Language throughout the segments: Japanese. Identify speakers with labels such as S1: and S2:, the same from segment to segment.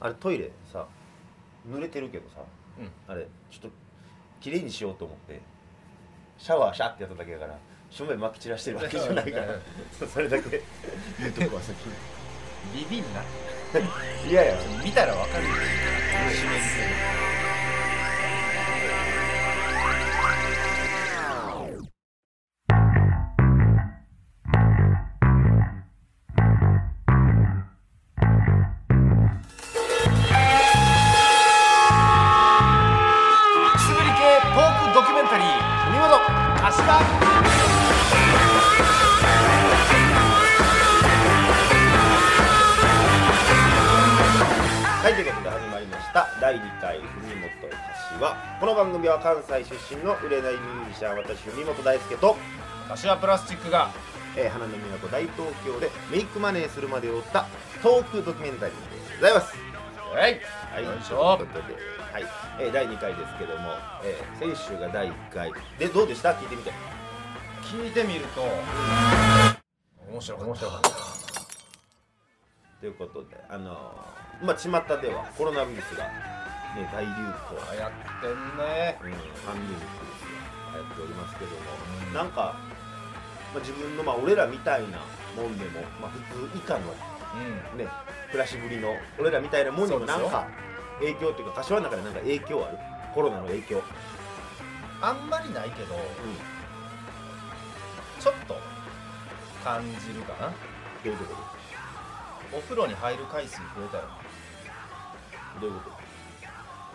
S1: あれトイレさ濡れてるけどさ、
S2: うん
S1: あれちょっと綺麗にしようと思ってシャワーシャってやっただけだから正面まき散らしてるわけじゃないからそれだけ
S3: 言うとこは先に
S2: ビビんない
S1: やいや
S2: 見たらわかるよくすぶり系トークドキュメンタリー見事足場
S1: はいということで始まりました第2回「文元柏」この番組は関西出身の売れないミュージシャン私文元大輔と、
S2: 柏プラスチックが
S1: えー花の都大東京でメイクマネーするまでを追ったトークドキュメンタリーでございます
S2: はい
S1: はい、
S2: よいし
S1: と
S2: ょ
S1: いうことで、はいえー第2回ですけども、えー先週が第1回でどうでした聞いてみて
S2: 聞いてみると面白かった面白かった
S1: ということであのー、まあ巷ではコロナウイルスが、ね、大流
S2: 流行ってんね
S1: 行、うん、パンデミックですよ流行っておりますけども、なんか、まあ、自分の、まあ、俺らみたいなもんでも、まあ、普通以下の
S2: う
S1: ね暮らしぶりの俺らみたいなもんにもなんか影響というか柏の中でなんか影響あるコロナの影響、うん
S2: んあんまりないけどちょっと感じるかな
S1: どういうこと
S2: お風呂に入る回数増えたよ
S1: どういうこと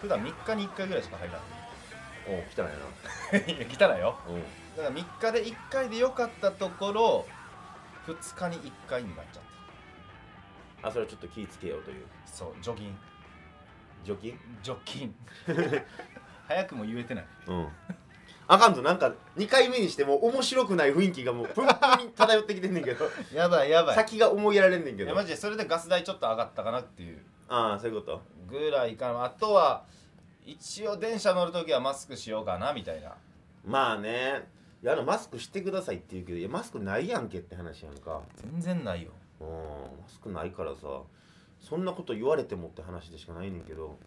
S2: 普段3日に1回ぐらいしか入ら
S1: おう汚いな
S2: ないいや汚いよ
S1: うん
S2: だから3日で1回でよかったところ2日に1回になっちゃっ
S1: あそれはちょっと気ぃつけようという
S2: たそうジョギン
S1: 除菌
S2: ジョキン 早くも言えてない
S1: うんあかんぞなんか2回目にしても面白くない雰囲気がもうプンプンに漂ってきてんねん けど
S2: やばいやばい
S1: 先が思いやられんねんけ
S2: いや
S1: ど
S2: マジでそれでガス代ちょっと上がったかなっていう
S1: ああそういうこと
S2: ぐらいかなあとは一応電車乗るときはマスクしようかなみたいな
S1: まあねいやあのマスクしてくださいって言うけどいやマスクないやんけって話やんか
S2: 全然ないよ
S1: うんマスクないからさそんなこと言われてもって話でしかないねんけど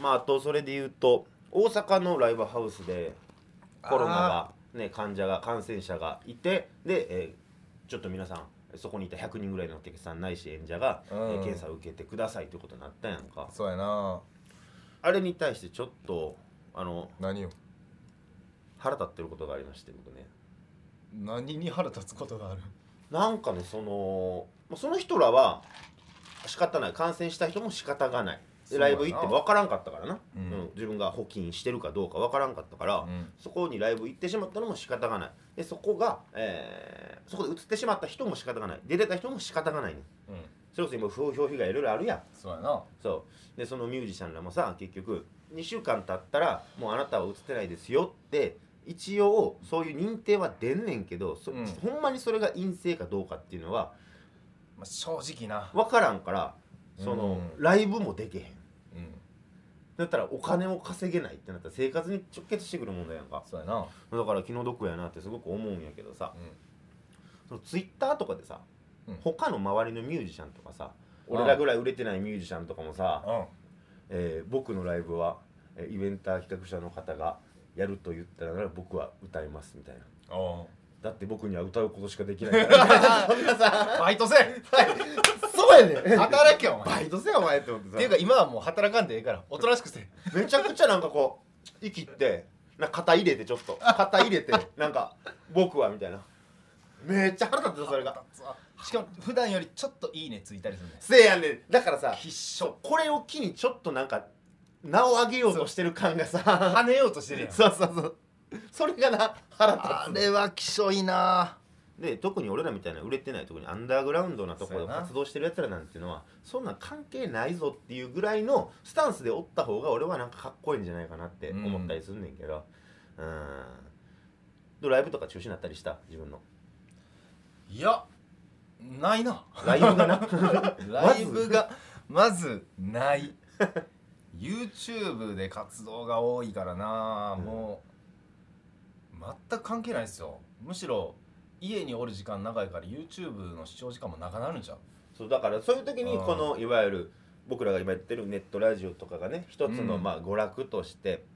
S1: まああとそれで言うと大阪のライブハウスでコロナが、ね、患者が感染者がいてで、えーちょっと皆さんそこにいた100人ぐらいのお客さんないし演者が、
S2: うん
S1: えー検査を受けてくださいということになったやんか
S2: そうやな
S1: あれに対してちょっとあの
S2: 何よ
S1: 腹立ってることがありまして僕ね
S2: 何に腹立つことがある
S1: なんかねそのまあその人らは仕方ない感染した人も仕方がないで
S2: そうやな
S1: ライブ行っても分からんかったからな、
S2: うん
S1: うん自分が補菌してるかどうか分からんかったから、
S2: うん
S1: そこにライブ行ってしまったのも仕方がないでそこが、えーそこで映ってしまった人も仕方がない出てた人も仕方がないね
S2: うん
S1: それこそ今風評被害いろいろあるやん
S2: そうやな
S1: そうでそのミュージシャンらもさ結局2週間経ったらもうあなたは映ってないですよって一応そういう認定は出んねんけど、そ
S2: うん
S1: ほんまにそれが陰性かどうかっていうのは
S2: まあ、正直な
S1: 分からんからその、
S2: う
S1: ライブもできへん
S2: うん
S1: だったらお金を稼げないってなったら生活に直結してくる問題やんか
S2: そうやな
S1: だから気の毒やなってすごく思うんやけどさ、
S2: う
S1: そのツイッターとかでさ、
S2: うん
S1: 他の周りのミュージシャンとかさ
S2: うん
S1: 俺らぐらい売れてないミュージシャンとかもさ、
S2: んうん
S1: えー僕のライブはえーイベンター企画者の方がやると言ったら僕は歌いますみたいな
S2: お
S1: だって僕には歌うことしかできないからそんなさ
S2: バイトせ
S1: そうやねん
S2: 働けよお前
S1: バイトせよお前って思ってさ
S2: っていうか今はもう働かんでええからおとなしくせ
S1: めちゃくちゃなんかこう息ってなんか肩入れてちょっと肩入れてなんか僕はみたいなめっちゃ腹立ってたそれが
S2: しかも普段よりちょっといいねついたりするね
S1: せやねんだからさ
S2: 必勝
S1: これを機にちょっとなんか名を上げようとしてる感が さ
S2: 跳ねようとしてるやん
S1: そうそうそうそれがな腹立つ
S2: れはきしょいな
S1: で特に俺らみたいな売れてない特にアンダーグラウンドなところ
S2: そ
S1: で
S2: うやな
S1: 活動してるやつらなんていうのはそんなん関係ないぞっていうぐらいのスタンスでおった方が俺はなんかかっこいいんじゃないかなって思ったりすんねんけどうんでライブとか中止になったりした自分の
S2: いやないな
S1: ライブが な
S2: ライブがまずない YouTube で活動が多いからな、
S1: うん
S2: もう全く関係ないですよむしろ家におる時間長いから YouTube の視聴時間も長なるんじゃん
S1: そうだからそういう時に
S2: あー
S1: このいわゆる僕らが今やってるネットラジオとかがね一つの
S2: うん
S1: まあ娯楽として、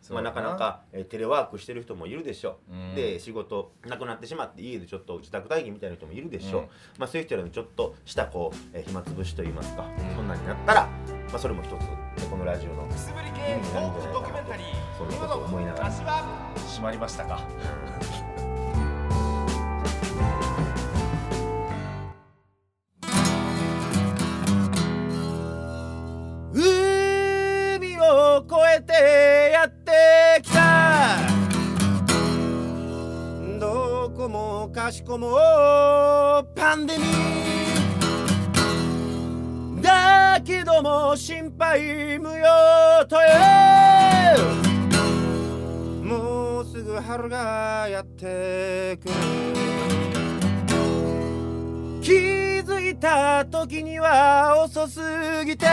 S2: そう
S1: まあ、
S2: や
S1: なかなか、えーテレワークしてる人もいるでしょう、
S2: うん
S1: で仕事なくなってしまって家でちょっと自宅待機みたいな人もいるでしょう、
S2: うん
S1: まあ、そういう人らのちょっとしたこう、えー暇つぶしといいますか、
S2: うん
S1: そんなんになったら、まあ、それも一つこのラジオの
S4: くすぶり系トークドキュメンタリー
S1: そんなことを思いながら。
S4: 柏
S2: 閉まりましたか
S1: 海を越えてやってきたどこもかしこもパンデミーだけども心配無用というもうすぐ春がやってくる気づいた時には遅すぎて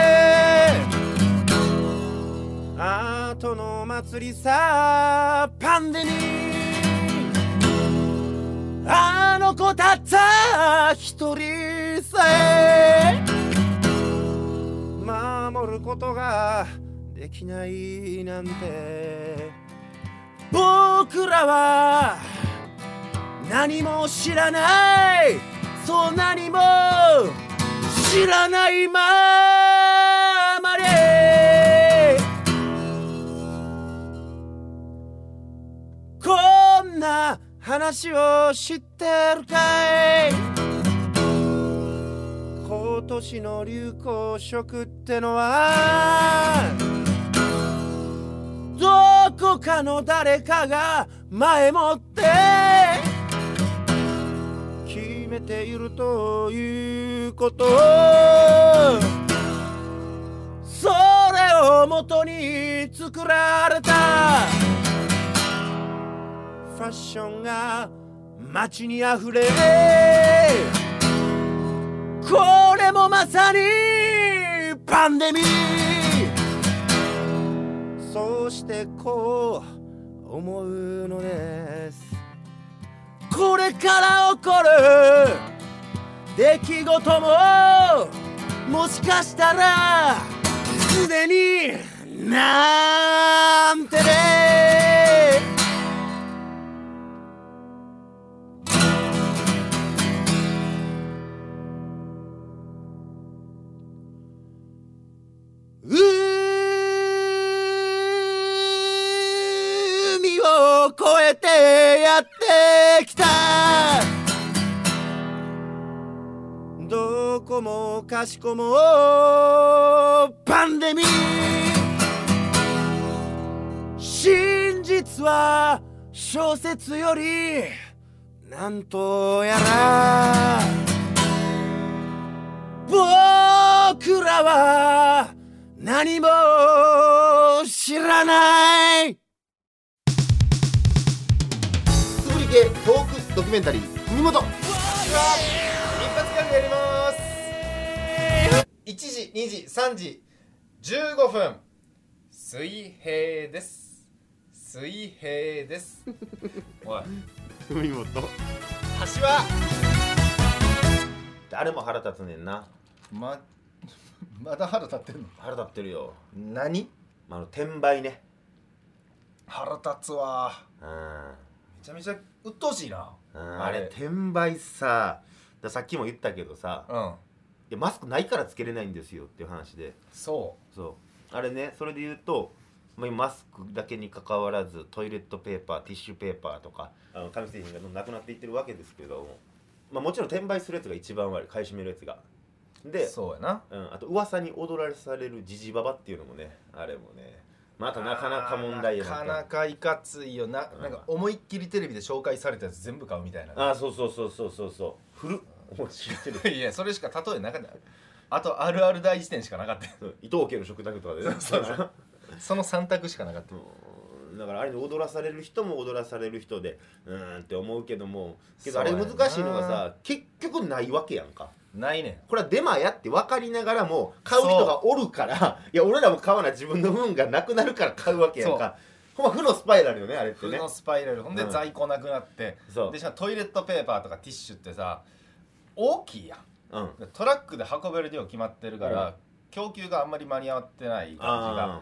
S1: 後の祭りさパンデミーあの子たった一人さえ守ることができないなんて僕らは何も知らないそう何も知らないままでこんな話を知ってるかい今年の流行色ってのはどこかの誰かが前もって決めているということそれをもとに作られたファッションが街にあふれこれもまさにパンデミーそうしてこう思うのですこれから起こる出来事ももしかしたらすでになんてね海を越えてやってきたどこもかしこもパンデミー真実は小説よりなんとやら僕らは何も知らない
S3: つぶり系トークドキュメンタリー海本
S2: 一発ギャグやります1時2時3時15分水平です水平ですおい
S3: 海本
S2: 橋は
S1: 誰も腹立つねんな
S2: ままだ腹立ってんの
S1: 腹立ってるよ
S2: 何
S1: あの転売ね
S2: 腹立つわ
S1: うん
S2: めちゃめちゃ鬱陶しいな
S1: うんあれ転売さださっきも言ったけどさ
S2: うん
S1: いやマスクないからつけれないんですよっていう話で
S2: そ
S1: そうあれねそれで言うとまあ今マスクだけにかかわらずトイレットペーパーティッシュペーパーとかあの紙製品がどんどんなくなっていってるわけですけども、まあ、もちろん転売するやつが一番悪い買い占めるやつが
S2: う
S1: で
S2: そうやな
S1: うん、あと噂に踊らされるジジババっていうのもねあれもねまたなかなか問題や
S2: なかなかいかついよな
S1: うん
S2: なんか思いっきりテレビで紹介されたやつ全部買うみたいな
S1: ああそうそうそうそうそうそう古っ面白い ね
S2: いやそれしか例えなかったあとあるある大辞典しかなかったよ
S1: そう伊藤家の食卓とかでね
S2: そうそうその3択しかなかった
S1: うんだからあれに踊らされる人も踊らされる人でうーんって思うけどもけど
S2: そ
S1: あ
S2: うや
S1: れ
S2: な
S1: 難しいのがさ結局ないわけやんか
S2: ないね
S1: これはデマやって分かりながらも買う人がおるからいや俺らも買わな自分の分がなくなるから買うわけやんかほんま負のスパイラルよねあれっ
S2: ん
S1: て
S2: 負
S1: ね
S2: のスパイラルほんで
S1: うん
S2: 在庫なくなって、
S1: そう
S2: でしかもトイレットペーパーとかティッシュってさ大きいやん
S1: うん
S2: トラックで運べる量決まってるから、供給があんまり間に合ってない感じが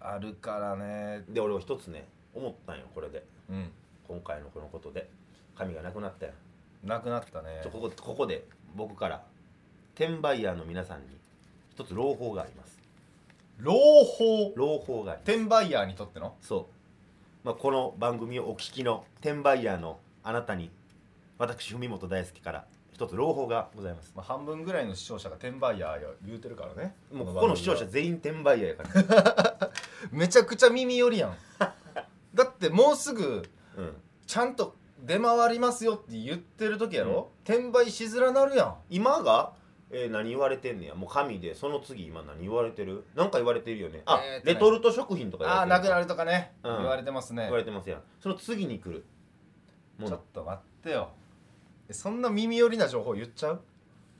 S1: あ
S2: あるからね
S1: ーで俺は一つね思ったんよこれで
S2: うん
S1: 今回のこのことで神がなくなったよ
S2: なくなったね
S1: ちょここここで僕から転売ヤーの皆さんに一つ朗報があります
S2: 朗報
S1: 朗報がありま
S2: 転売ヤーにとっての
S1: すそう、まあ、この番組をお聞きの転売ヤーのあなたに私文元大輔から一つ朗報がございます
S2: まあ、半分ぐらいの視聴者が転売ヤーや言うてるからね
S1: もうここの視聴者
S2: 番
S1: 全員転売ヤーや から、
S2: 組はめちゃくちゃ耳寄り やんだってもうすぐ
S1: うん、
S2: ちゃんと出回りますよって言ってる時やろ、転売しづらなるやん
S1: 今が、えー何言われてんねやもう神でその次今何言われてるなんか言われてるよねあ、
S2: えーとね
S1: レトルト食品とか言
S2: あ
S1: わ
S2: あー
S1: れて
S2: な
S1: る
S2: くなるとかね、
S1: うん
S2: 言われてますね
S1: 言われてますやんその次に来るも
S2: ちょ
S1: の
S2: っと待ってよえそんな耳寄りな情報言っちゃう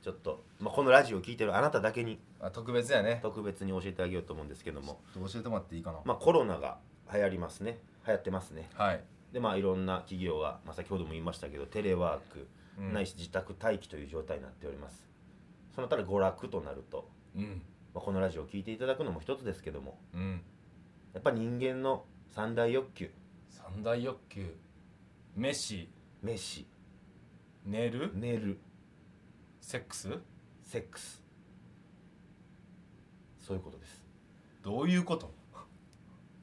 S1: ちょっと、まあ、このラジオを聞いてるあなただけに
S2: あ特別やね
S1: 特別に教えてあげようと思うんですけども、
S2: ちょっと教えてもらっていいかな、
S1: まあ、コロナが流行りますね流行ってますね
S2: はい、
S1: でまあいろんな企業が、まあ、先ほども言いましたけどテレワーク、
S2: うん
S1: ないし自宅待機という状態になっておりますそのたら娯楽となると、
S2: うん
S1: まあ、このラジオを聞いていただくのも一つですけども
S2: うん
S1: やっぱ人間の三大欲求
S2: 三大欲求飯
S1: 飯
S2: 寝る
S1: 寝る
S2: セックス
S1: セックスそういうことです
S2: どういうこと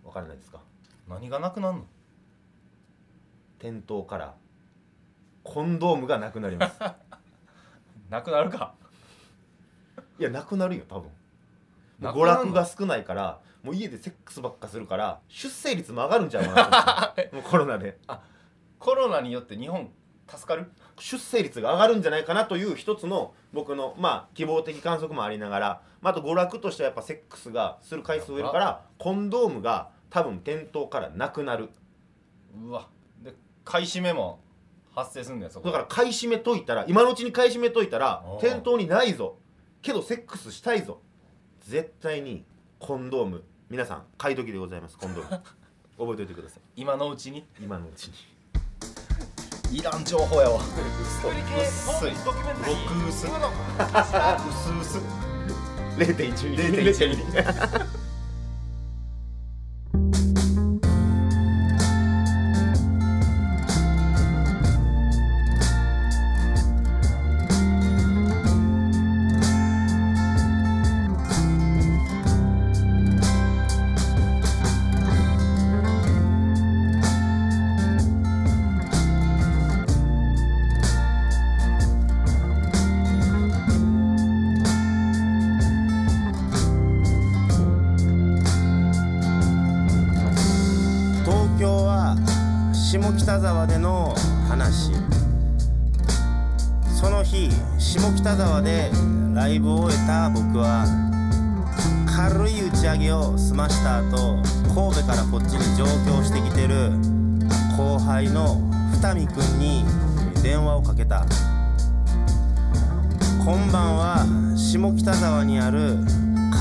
S1: わからないですか
S2: 何がなくなんの
S1: 店頭からコンドームがなくなります
S2: なくなるか
S1: いやなくなるよ多分も
S2: な
S1: う
S2: く
S1: 娯
S2: なるの
S1: 楽が少ないからもう家でセックスばっかするから出生率も上がるんちゃうか なと思ってもうコロナで
S2: コロナによって日本助かる
S1: 出生率が上がるんじゃないかなという一つの僕のまあ希望的観測もありながら、まあ、あと娯楽としてはやっぱセックスがする回数増えるからコンドームが多分店頭からなくなる
S2: うわで買い占めも発生すんだよそこ
S1: だ
S2: で
S1: から買い占めといたら今のうちに買い占めといたら
S2: あー
S1: 店頭にないぞけどセックスしたいぞ絶対にコンドーム皆さん買い時でございますコンドーム 覚えておいてくださ
S2: 今のうちに
S1: い今のうちに
S2: いらん情報やわ
S4: 作り系トークドキュメンタリー
S2: 僕薄
S4: 今の
S2: 薄々
S1: 0.1ミリ
S2: 0.1ミリ
S5: 東京は下北沢での話その日下北沢でライブを終えた僕は軽い打ち上げを済ました後神戸からこっちに上京してきてる後輩の二見くんに電話をかけた今晩は下北沢にある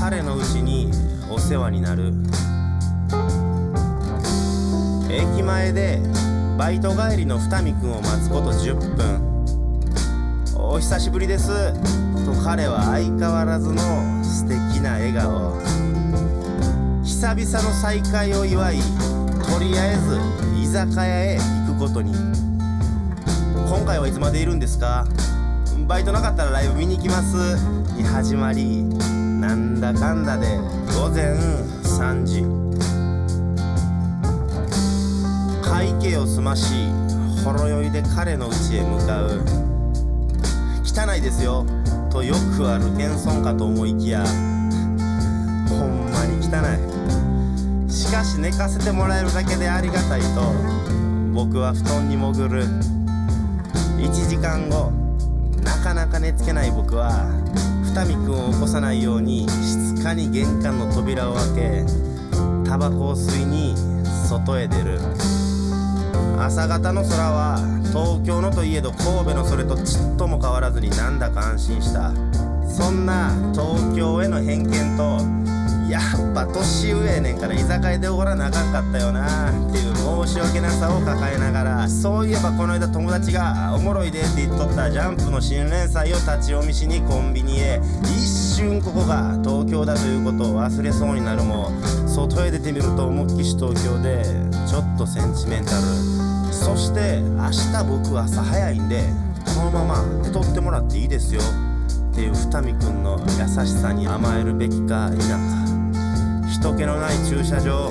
S5: 彼のうちにお世話になる駅前でバイト帰りの二見くんを待つこと10分お久しぶりですと彼は相変わらずの素敵な笑顔久々の再会を祝いとりあえず居酒屋へ行くことに今回はいつまでいるんですかバイトなかったらライブ見に行きますに始まりなんだかんだで午前3時会計を済ましほろ酔いで彼の家へ向かう汚いですよとよくある謙遜かと思いきやほんまに汚いしかし寝かせてもらえるだけでありがたいと僕は布団に潜る1時間後なかなか寝つけない僕は二見君を起こさないように静かに玄関の扉を開けタバコを吸いに外へ出る朝方の空は東京のといえど神戸のそれとちっとも変わらずになんだか安心したそんな東京への偏見とやっぱ年上やねんから居酒屋でおごらなあかんかったよなっていう申し訳なさを抱えながらそういえばこの間友達が「おもろいで」って言っとったジャンプの新連載を立ち読みしにコンビニへ一瞬ここが東京だということを忘れそうになるも外へ出てみると思いっきし東京でちょっとセンチメンタルそして明日僕は朝早いんでこのまま手取ってもらっていいですよっていう二見くんの優しさに甘えるべきか否か人気のない駐車場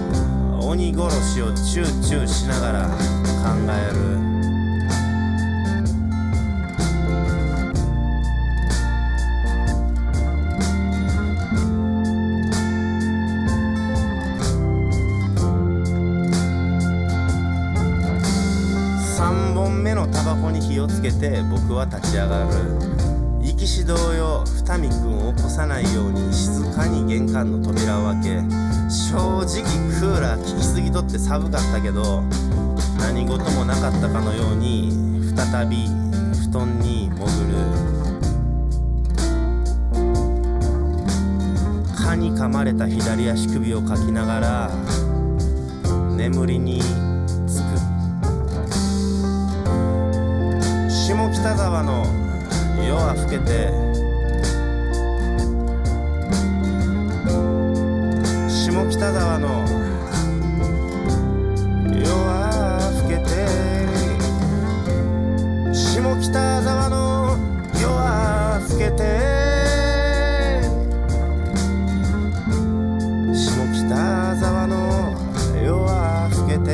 S5: 鬼殺しをチューチューしながら考える3本目のタバコに火をつけて僕は立ち上がる生きし同様二見くんを起こさないように静かに玄関の扉を開け正直クーラー効きすぎとって寒かったけど何事もなかったかのように再び布団に潜る蚊に噛まれた左足首をかきながら眠りにつく下北沢の夜は更けて下北沢の夜は更けて下北沢の夜は更けて下北沢の夜は更けて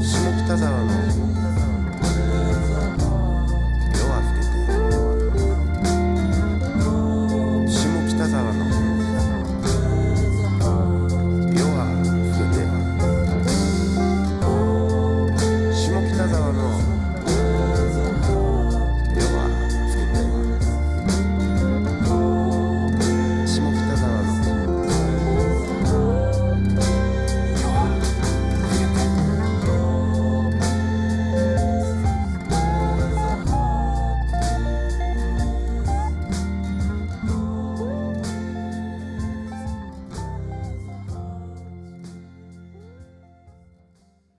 S5: 下北沢の夜は更けて下北沢の夜は更けて下北沢の夜は更けて下北沢の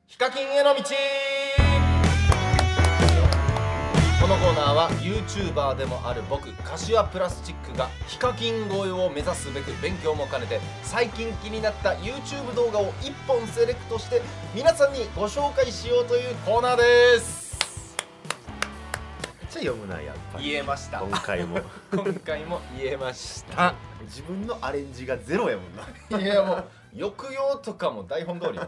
S2: ヒカキンへの道このコーナーは YouTuber でもある僕柏プラスチックがヒカキン越えを目指すべく勉強も兼ねて最近気になった YouTube 動画を1本セレクトして皆さんにご紹介しようというコーナーです
S1: っちゃ読むなやっぱり
S2: 言えました
S1: 今回も
S2: 今回も言えました
S1: 自分のアレンジがゼロやもんない
S2: やもう抑揚とかも台本通りよ
S1: で、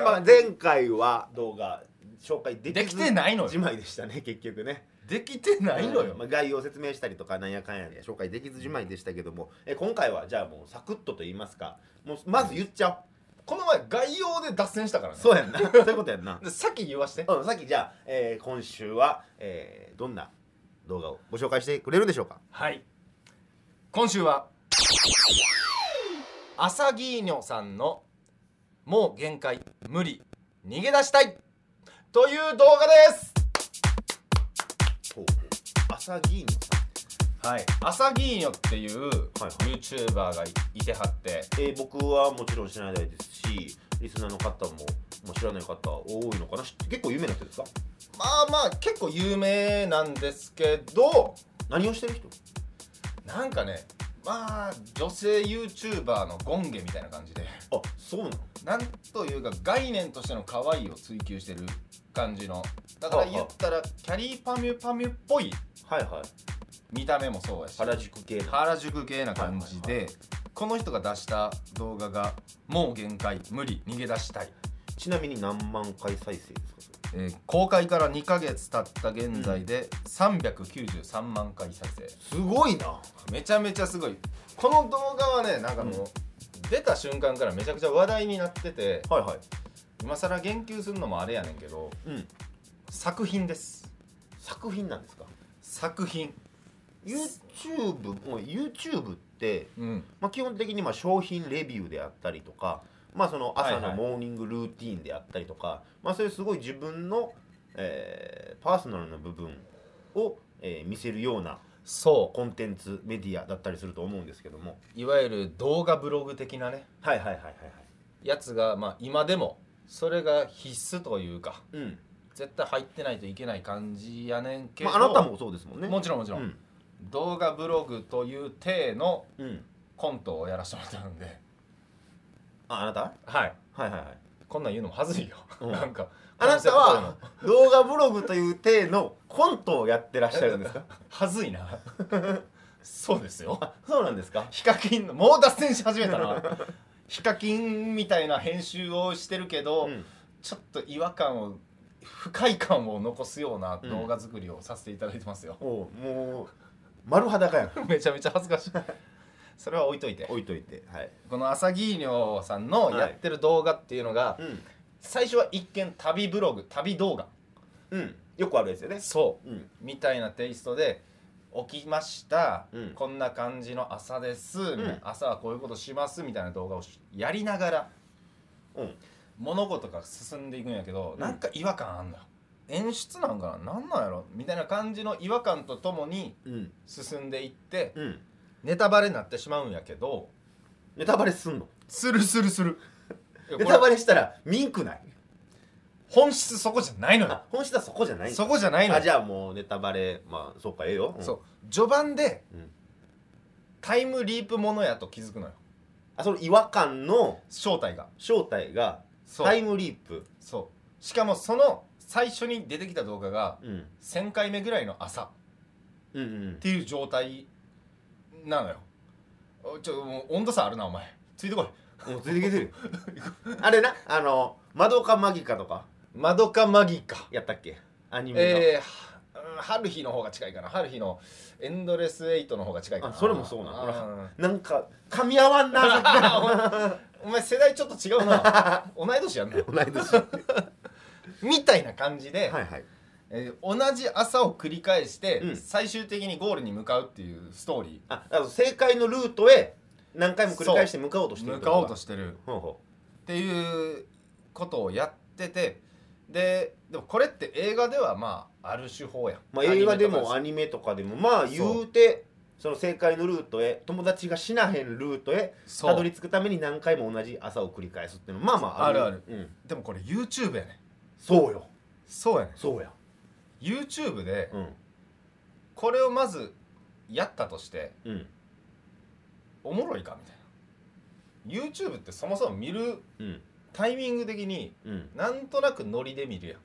S1: まあ、前回は動画紹介でき
S2: できてないのよ
S1: 自前でしたね結局ね
S2: できてないのよ
S1: まあ、概要を説明したりとかなんやかんやで紹介できずじまいでしたけどもえ今回はじゃあもうサクッとと言いますかもうまず言っちゃ
S2: この前概要で脱線したから
S1: お
S2: ね
S1: うそうやんな そういうことやんな、
S2: でさっき言わして
S1: うん、さっきじゃあ、えー今週は、えーどんな動画をご紹介してくれるんでしょうか
S2: はい今週はアサギーニョさんの「もう限界無理逃げ出したい」という動画です
S1: ほう朝議員さん、
S2: はいアサギーニョっていう
S1: はい
S2: YouTuber がいてはって
S1: えー僕はもちろん知らないですしリスナーの方ももう知らない方多いのかなし結構有名な人ですか
S2: まあまあ結構有名なんですけど
S1: 何をしてる人
S2: なんかねまあ女性 YouTuber のゴンゲみたいな感じで
S1: あそうなの
S2: なんというか概念としての可愛いを追求してる感じのだから
S1: はあはあ
S2: 言ったらキャリーパミュパミュっぽい
S1: はいはい
S2: 見た目もそうやし
S1: 原宿系の
S2: 原宿系な感じで、この人が出した動画が「もう限界無理逃げ出したい
S1: ちなみに何万回再生ですかそれ」
S2: えー公開から2ヶ月経った現在で393万回再生、
S1: すごいな
S2: めちゃめちゃすごいこの動画はねなんかもう、出た瞬間からめちゃくちゃ話題になってて
S1: はいはい
S2: 今更言及するのもあれやねんけど
S1: うん
S2: 作品です
S1: 作品なんですか
S2: 作品
S1: YouTube もう YouTube って、
S2: うん
S1: まあ、基本的にまあ商品レビューであったりとか、まあ、その朝
S2: はい
S1: の
S2: はい
S1: モーニングルーティーンであったりとか、まあ、そういうすごい自分の、えーパーソナルな部分を、えー見せるような
S2: そう
S1: コンテンツメディアだったりすると思うんですけども
S2: いわゆる動画ブログ的なね
S1: はいはいはいはいはい
S2: やつがまあ今でもそれが必須というか
S1: うん、
S2: 絶対入ってないといけない感じやねんけど、
S1: まあ、あなたもそうですもんね
S2: もちろんもちろん、
S1: うん
S2: 動画ブログという体の
S1: うん
S2: コントをやらせてもらったんで
S1: ああなた
S2: はい
S1: はいはいはい
S2: こんなん言うのも恥ずいよ、
S1: うん
S2: なんか
S1: あなたは動画ブログという体のコントをやってらっしゃるんですか
S2: 恥ずいなそうですよ
S1: そうなんですか
S2: ヒカキンのもう脱線し始めたな ヒカキンみたいな編集をしてるけど、
S1: うん
S2: ちょっと違和感を不快感を残すような動画作りをさせていただいてますよ、
S1: おうもう丸裸やん
S2: めちゃめちゃ恥ずかしいそれは置いといて
S1: 置いといてはい、
S2: この朝木亮さんのやってる動画っていうのが、
S1: うん
S2: 最初は一見旅ブログ旅動画
S1: うん、よくあるやつよね、
S2: そう
S1: ん、
S2: みたいなテイストで起きました、
S1: うん
S2: こんな感じの朝です、
S1: ん
S2: 朝はこういうことしますみたいな動画をやりながら
S1: うん、
S2: 物事が進んでいくんやけど、
S1: ん
S2: なんか違和感あんだよ演出なんかななんなんやろみたいな感じの違和感とともに
S1: うん、
S2: 進んでいって、
S1: うん、
S2: ネタバレになってしまうんやけど
S1: ネタバレすんの
S2: するするする
S1: ネタバレしたらミンクない
S2: 本質そこじゃないのよ
S1: あ本質はそこじゃない
S2: そこじゃないの
S1: あじゃ
S2: よ
S1: あもうネタバレまあそうかええよ、ん
S2: そう序盤で、
S1: うん
S2: タイムリープものやと気づくのよ
S1: あその違和感の
S2: 正体が
S1: 正体が
S2: そう
S1: タイムリープ
S2: そうしかもその最初に出てきた動画が
S1: うん
S2: 1000回目ぐらいの朝っ
S1: うんうん
S2: ていう状態なのよおちょもう温度差あるなお前ついてこい
S1: もうついてきてるよあれなあの「まどかマギカ」とか
S2: マドカマギカ
S1: やったっけアニメの、
S2: えーはうん春日の方が近いかな春日のエンドレスエイトの方が近いかな
S1: あそれもそうなの
S2: あー
S1: なんか噛み合わんな
S2: お前世代ちょっと違 うな同い年やん な
S1: 同い年は
S2: みたいな感じで、
S1: いはい
S2: えー同じ朝を繰り返して、
S1: うん
S2: 最終的にゴールに向かうっていうストーリ
S1: あだから正解のルートへ何回も繰り返して向かおうとし
S2: ー
S1: てる
S2: 向かおうとしてる
S1: ほうほ
S2: っていうことをやっててででもこれって映画ではまあある手法やん、
S1: うまあ、映画で
S2: アニメと
S1: も
S2: か
S1: アニメとかでもまあ
S2: そう
S1: 言うてその正解のルートへ友達が死なへんルートへ
S2: そう
S1: たどり着くために何回も同じ朝を繰り返すっていうのまあまあ
S2: ある
S1: うん、
S2: でもこれ YouTube やね
S1: そうよ
S2: そうやね
S1: そうや
S2: YouTube で
S1: うん
S2: これをまずやったとして
S1: うん
S2: おもろいかみたいな YouTube ってそもそも見る
S1: うん
S2: タイミング的に
S1: うん
S2: なんとなくノリで見るや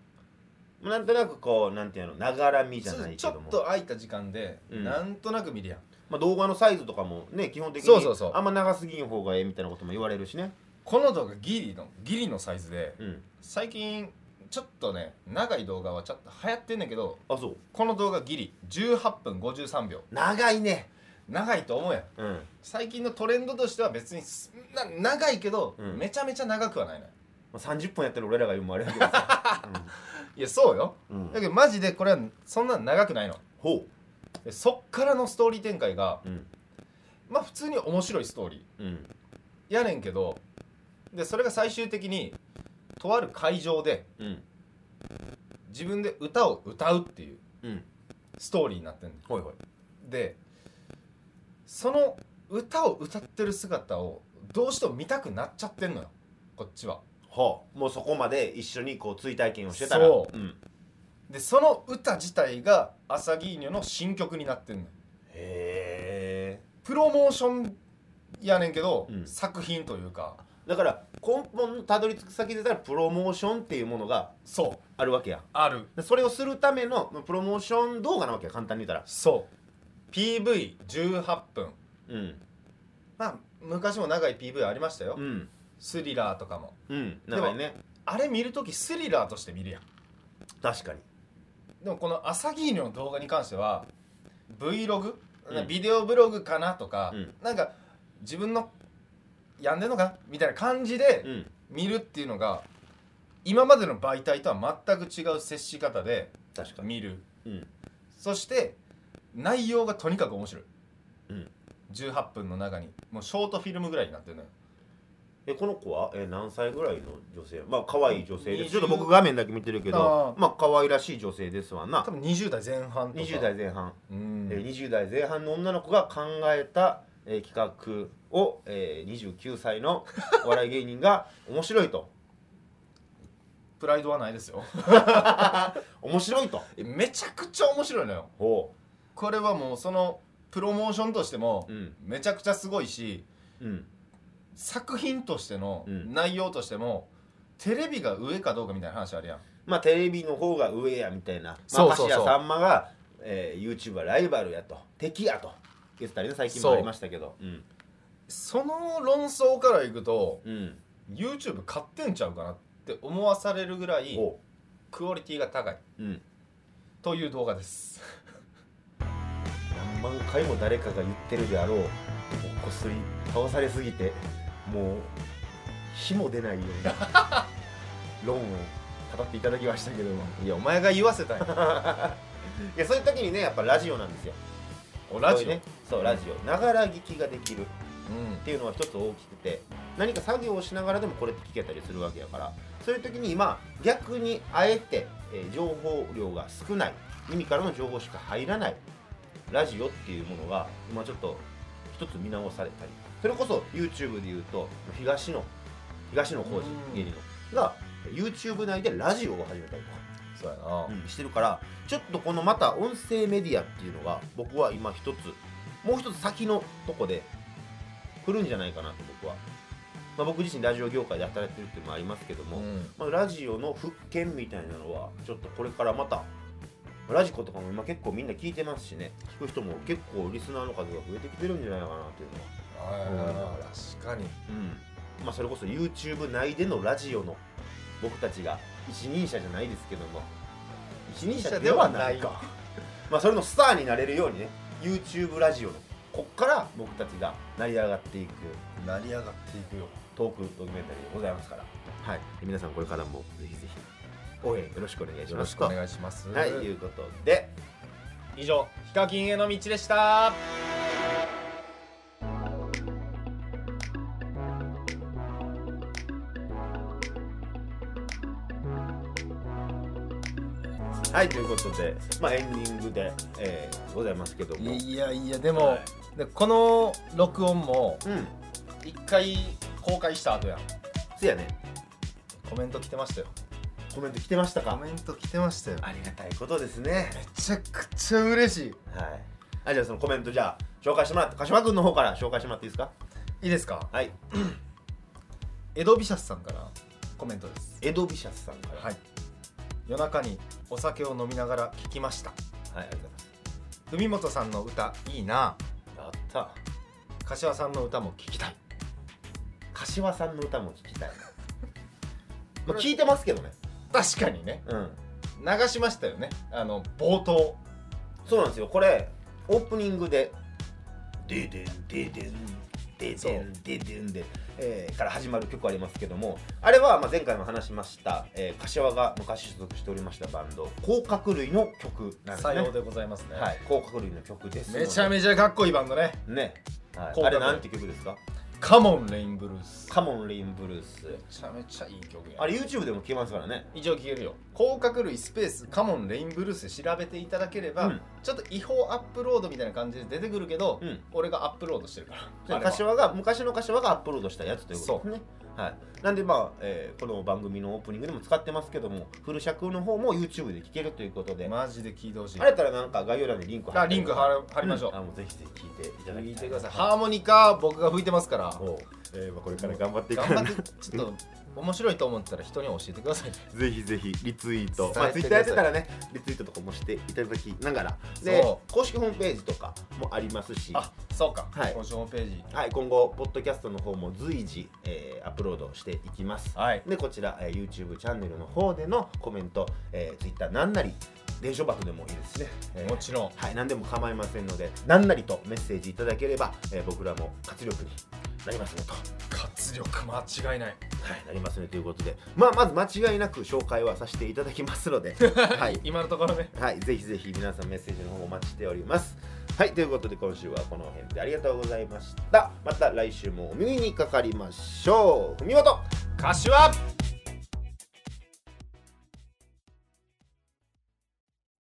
S2: ん
S1: なんとなくこうなんていうのながらみじゃないけ
S2: ちょ
S1: ど
S2: っ
S1: も
S2: と空いた時間で
S1: うん
S2: なんとなく見るやん、
S1: まあ、動画のサイズとかもね基本的に
S2: そうそうそう
S1: あんま長すぎん方がええみたいなことも言われるしね
S2: この動画ギリのギリのサイズで
S1: うん
S2: 最近ちょっとね長い動画はちょっと流行ってんねんけど
S1: あそう
S2: この動画ギリ18分53秒
S1: 長いね
S2: 長いと思うやん
S1: うん
S2: 最近のトレンドとしては別にすな長いけど、
S1: うん
S2: めちゃめちゃ長くはないのよ
S1: まあ、30分やってる俺らが言うのもあれやけど さ、
S2: いやそうよ
S1: うんうん
S2: だけどマジでこれはそんな長くないの
S1: ほ
S2: でそっからのストーリー展開が
S1: ううん
S2: まあ普通に面白いストーリ
S1: うん
S2: ーやねんけどでそれが最終的にとある会場で
S1: うん
S2: 自分で歌を歌うっていう
S1: うん
S2: ストーリーになってんねん
S1: ほいほい
S2: でその歌を歌ってる姿をどうしても見たくなっちゃってんのよこっちは
S1: はあもうそこまで一緒にこう追体験をしてたら
S2: そう
S1: うん、
S2: でその歌自体がアサギーニョの新曲になってんのよ
S1: へえ
S2: プロモーションやねんけど、
S1: うん
S2: 作品というか
S1: だから根本のたどり着く先で言ったらプロモーションっていうものが
S2: そう
S1: あるわけや
S2: ある
S1: でそれをするためのまあプロモーション動画なわけや簡単に言ったら
S2: そう PV18 分
S1: うん
S2: まあ昔も長い PV ありましたよ、
S1: うん
S2: スリラーとかも
S1: うん長いね
S2: あれ見るときスリラーとして見るやん
S1: 確かに
S2: でもこのアサギーニョの動画に関しては Vlog、
S1: うん
S2: ビデオブログかなとか、
S1: うん
S2: なんか自分のやんでんのかみたいな感じで
S1: うん
S2: 見るっていうのが今までの媒体とは全く違う接し方で
S1: 確かに
S2: 見る
S1: うん
S2: そして内容がとにかく面白い、
S1: うん
S2: 18分の中にもうショートフィルムぐらいになってるのよ
S1: えこの子はえ何歳ぐらいの女性まあ可愛い女性です
S2: 20
S1: ちょっと僕画面だけ見てるけ
S2: あ
S1: ど
S2: ー
S1: まあ可愛らしい女性ですわな
S2: 多分20代前半とか
S1: 20代前半、
S2: うん
S1: えー20代前半の女の子が考えた、えー企画を、えー29歳のお笑い芸人 が面白いと
S2: プライドはないですよ
S1: 面白いと
S2: えめちゃくちゃ面白いのよ
S1: ほ
S2: これはもうそのプロモーションとしても
S1: うん
S2: めちゃくちゃすごいし、
S1: ううん
S2: 作品としての
S1: うん
S2: 内容としても、テレビが上かどうかみたいな話あるやん
S1: まあテレビの方が上やみたいな、まあ、
S2: そうそうそう
S1: 橋谷さんまが、えー、YouTube はライバルやと敵やと言ってたりね最近もありましたけどうん
S2: その論争からいくと
S1: うん
S2: YouTube 買ってんちゃうかなって思わされるぐらい
S1: ほ
S2: クオリティが高いう
S1: うん
S2: という動画です
S1: 何万回も誰かが言ってるであろうこすり倒されすぎてもう火も出ないような 論を語っていただきましたけども
S2: いやお前が言わせたんや
S1: いやそういう時にねやっぱラジオなんですよ
S2: おラジ
S1: こ
S2: オ、
S1: ういうねそうラジオながら聞きができる
S2: うん
S1: っていうのは一つ大きくて何か作業をしながらでもこれって聞けたりするわけやからそういう時に今逆にあえて、えー情報量が少ない耳からの情報しか入らないラジオっていうものが今ちょっと一つ見直されたりそれこそ YouTube で言うと東野東野浩
S2: うん
S1: 二芸人のが YouTube 内でラジオを始めたりとか
S2: そうやな、
S1: うんしてるからちょっとこのまた音声メディアっていうのが僕は今一つもう一つ先のとこで来るんじゃないかなと僕は、まあ、僕自身ラジオ業界で働いてるっていうのもありますけども、
S2: うん
S1: まあ、ラジオの復権みたいなのはちょっとこれからまたラジコとかも今結構みんな聞いてますしね聞く人も結構リスナーの数が増えてきてるんじゃないかなというのは、
S2: あー確かに
S1: うんまあ、それこそ YouTube 内でのラジオの僕たちが一人者じゃないですけども一人者ではないかまあそれのスターになれるようにね YouTube ラジオのこっから僕たちが成り上がっていく
S2: 成り上がっていくよ
S1: トークドキュメンタリーでございますからはい皆さんこれからもぜひぜひ応援よろしくお願いし
S2: よ
S1: ま
S2: ろ
S1: す
S2: しくお願いします
S1: とはいいうことで
S2: 以上ヒカキンへの道でした
S1: はいということでまあエンディングで、えーございますけども
S2: いやいやでも、
S1: は
S2: でこの録音も
S1: うん
S2: 一回公開した後やん
S1: そやね
S2: コメント来てましたよ
S1: コメント来てました
S2: コ
S1: か
S2: メント来てましたよ
S1: ありがたいことですね
S2: めちゃくちゃ嬉し
S1: はいあじゃあそのコメントじゃあ紹介してもらって柏君の方から紹介してもらっていいですか
S2: いいいですか
S1: はい
S2: エドビシャスさんからコメントです
S1: エドビシャスさんから
S2: はい夜中にお酒を飲みながら聞きました
S1: はい、ありがとうございます
S2: 文本さんの歌いいな
S1: やった
S2: 柏さんの歌も聞きたい
S1: 柏さんの歌も聞 きたいまあ聞いてますけどね
S2: 確かにね
S1: うん
S2: 流しましたよねあの冒頭
S1: そうなんですよこれオープニングで「デデンデデンデ
S2: そう
S1: デンデデン」で、えーから始まる曲ありますけどもあれはまあ前回も話しました、えー柏が昔所属しておりましたバンド甲殻類の曲なんです
S2: さよう
S1: ね
S2: でございますね、
S1: はい、甲殻類の曲です
S2: めちゃ
S1: ち
S2: めちゃかっこいいバンドね
S1: ゃね、はい
S2: 甲
S1: あ
S2: 殻類
S1: れなんて曲ですか
S2: カモンレインブル
S1: 「
S2: ース
S1: カモン・リン・ブルース
S2: め」ちゃめちゃいい曲や
S1: あれ YouTube でも聴けますからね
S2: 以上聞けるよ甲殻類スペースカモンレインブルースで調べていただければ、
S1: うん
S2: ちょっと違法アップロードみたいな感じで出てくるけど、
S1: うん
S2: 俺がアップロードしてるからあれは
S1: 柏が昔の柏がアップロードしたやつということですね。はい、なんで、まあえーこの番組のオープニングでも使ってますけどもフル尺の方も YouTube で聴けるということで、
S2: マジで聞いてほしい
S1: あれやったらなんか概要欄にリンク
S2: あ
S1: て
S2: リンク貼る貼りましょう、
S1: んあもうぜひぜひ聴いていただきたい
S2: 聞いてくださいハーモニカ僕が吹いてますから
S1: おうえーまあ、これから頑張っていく
S2: 頑
S1: から
S2: 張っ
S1: な
S2: てちょっと面白いと思ったら人に教えてくださいね
S1: ぜひぜひリツイート、ま
S2: 伝
S1: あ、
S2: えて
S1: Twitter
S2: くださ
S1: や
S2: い
S1: ってたらねリツイートとかもしていただきながらで
S2: そ
S1: 公式ホームページとかもありますし
S2: あそうか、
S1: はい
S2: 今週ホームページ
S1: はい、今後、ポッドキャストの方も随時、えーアップロードしていきます。
S2: はい
S1: で、こちら、えー YouTube チャンネルの方でのコメント、えー Twitter なんなり、伝書箱でもいいですね、えー
S2: もちろん
S1: はい、何でも構いませんので何なりとメッセージいただければ、えー僕らも活力になりますねと、は
S2: 活力間違いない
S1: い、なりますねということで、まあ、まず間違いなく紹介はさせていただきます ので、はい
S2: 今のところね
S1: はい、ぜひぜひ皆さんメッセージの方お待ちしておりますはいということで今週はこの辺でありがとうございましたまた来週もお耳にかかりましょうふみわと
S2: 柏